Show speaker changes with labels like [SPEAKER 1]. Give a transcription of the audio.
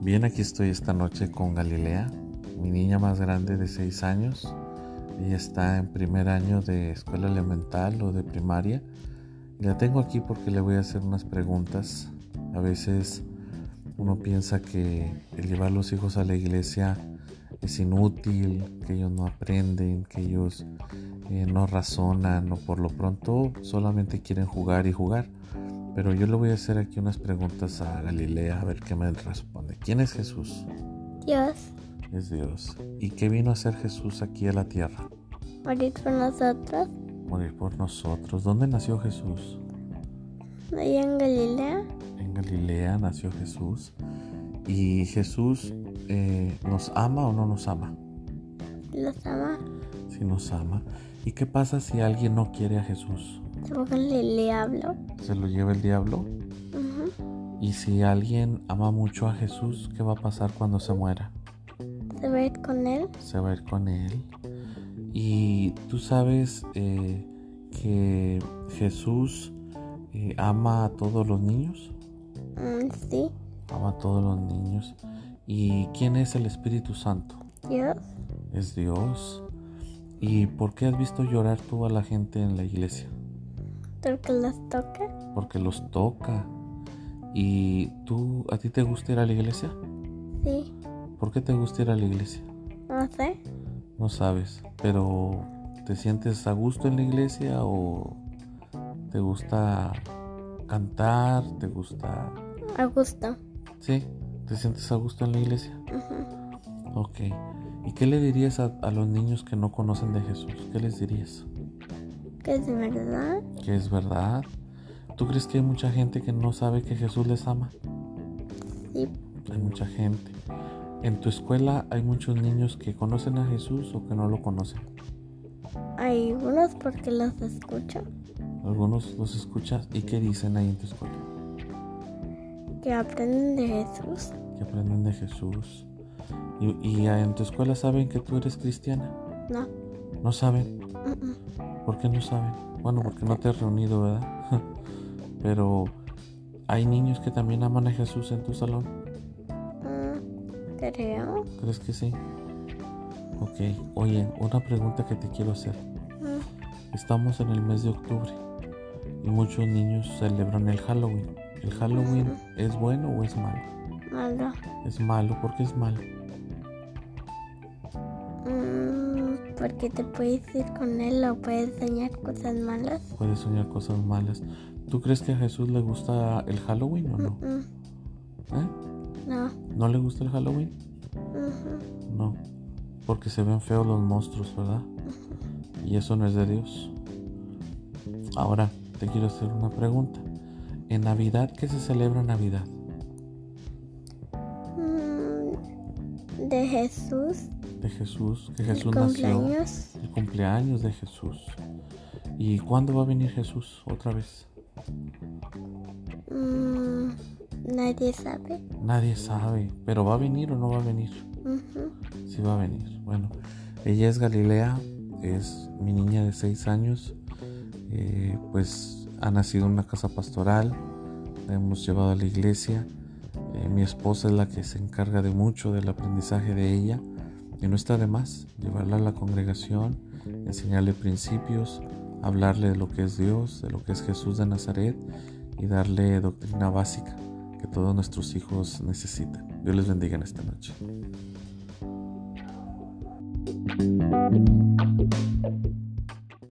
[SPEAKER 1] Bien, aquí estoy esta noche con Galilea, mi niña más grande de 6 años. Ella está en primer año de escuela elemental o de primaria. Y la tengo aquí porque le voy a hacer unas preguntas. A veces uno piensa que el llevar a los hijos a la iglesia es inútil, que ellos no aprenden, que ellos eh, no razonan o por lo pronto solamente quieren jugar y jugar. Pero yo le voy a hacer aquí unas preguntas a Galilea a ver qué me responde. ¿Quién es Jesús?
[SPEAKER 2] Dios,
[SPEAKER 1] Es Dios. ¿Y qué vino a hacer Jesús aquí a la tierra?
[SPEAKER 2] morir por nosotros,
[SPEAKER 1] Morir por nosotros. ¿Dónde nació Jesús?
[SPEAKER 2] allá en Galilea,
[SPEAKER 1] En Galilea nació Jesús. ¿Y Jesús eh, nos ama o no nos ama?
[SPEAKER 2] los ama,
[SPEAKER 1] Si nos ama. ¿Y qué pasa si alguien no quiere a Jesús?
[SPEAKER 2] tampoco le, le hablo.
[SPEAKER 1] ¿Se lo lleva el diablo?
[SPEAKER 2] Ujú.
[SPEAKER 1] ¿Y si alguien ama mucho a Jesús, qué va a pasar cuando se muera?
[SPEAKER 2] Se va a ir con él,
[SPEAKER 1] se va a ir con él. Y tú sabes eh, que Jesús eh, ama a todos los niños,
[SPEAKER 2] Mm, sí,
[SPEAKER 1] ama a todos los niños. ¿Y quién es el Espíritu Santo?
[SPEAKER 2] Dios,
[SPEAKER 1] Es Dios. ¿Y por qué has visto llorar tú a la gente en la iglesia?
[SPEAKER 2] porque los toca,
[SPEAKER 1] Porque los toca. ¿Y tú, a ti te gusta ir a la iglesia?
[SPEAKER 2] sí,
[SPEAKER 1] ¿Por qué te gusta ir a la iglesia?
[SPEAKER 2] no sé,
[SPEAKER 1] No sabes, pero ¿te sientes a gusto en la iglesia o te gusta cantar? ¿Te gusta...?
[SPEAKER 2] a gusto.
[SPEAKER 1] Sí, ¿te sientes a gusto en la iglesia?
[SPEAKER 2] Ujú.
[SPEAKER 1] Ok. ¿Y qué le dirías a, a los niños que no conocen de Jesús? ¿Qué les dirías?
[SPEAKER 2] Que es verdad,
[SPEAKER 1] ¿Que es verdad? ¿Tú crees que hay mucha gente que no sabe que Jesús les ama?
[SPEAKER 2] sí,
[SPEAKER 1] Hay mucha gente. ¿En tu escuela hay muchos niños que conocen a Jesús o que no lo conocen?
[SPEAKER 2] hay unos porque los escucho,
[SPEAKER 1] Algunos los escuchas y qué dicen ahí en tu escuela.
[SPEAKER 2] que aprenden de Jesús,
[SPEAKER 1] que aprenden de Jesús. Y, y en tu escuela saben que tú eres cristiana.
[SPEAKER 2] no,
[SPEAKER 1] No saben.
[SPEAKER 2] mm,
[SPEAKER 1] ¿Por qué no saben? Bueno, porque no te has reunido, ¿verdad? Pero hay niños que también aman a Jesús en tu salón.
[SPEAKER 2] mm, mm, creo,
[SPEAKER 1] ¿Crees que sí? Ok, oye, una pregunta que te quiero hacer.
[SPEAKER 2] Mm,
[SPEAKER 1] Estamos en el mes de octubre y muchos niños celebran el Halloween. ¿El Halloween es bueno o es malo?
[SPEAKER 2] malo,
[SPEAKER 1] Es malo, ¿por qué es malo?
[SPEAKER 2] Mm, porque te puedes ir con él o puedes soñar cosas malas.
[SPEAKER 1] Puedes soñar cosas malas. ¿Tú crees que a Jesús le gusta el Halloween o no?
[SPEAKER 2] Mm,
[SPEAKER 1] ¿Eh?
[SPEAKER 2] No.
[SPEAKER 1] ¿No le gusta el Halloween?
[SPEAKER 2] Ujú.
[SPEAKER 1] No. Porque se ven feos los monstruos, ¿verdad? Y eso no es de Dios. Ahora, te quiero hacer una pregunta. En Navidad, ¿qué se celebra en Navidad?
[SPEAKER 2] Mm, De Jesús.
[SPEAKER 1] De Jesús, que
[SPEAKER 2] el
[SPEAKER 1] Jesús nació.
[SPEAKER 2] cumpleaños.
[SPEAKER 1] El cumpleaños de Jesús. ¿Y cuándo va a venir Jesús otra vez?
[SPEAKER 2] Mm, Nadie sabe.
[SPEAKER 1] Nadie sabe, pero ¿va a venir o no va a venir?
[SPEAKER 2] Ujú.
[SPEAKER 1] Sí va a venir. Bueno, ella es Galilea, es mi niña de 6 años. eh, pues ha nacido en una casa pastoral, la hemos llevado a la iglesia. eh, mi esposa es la que se encarga de mucho del aprendizaje de ella. Y no está de más llevarla a la congregación, enseñarle principios, hablarle de lo que es Dios, de lo que es Jesús de Nazaret y darle doctrina básica que todos nuestros hijos necesitan. Dios les bendiga en esta noche.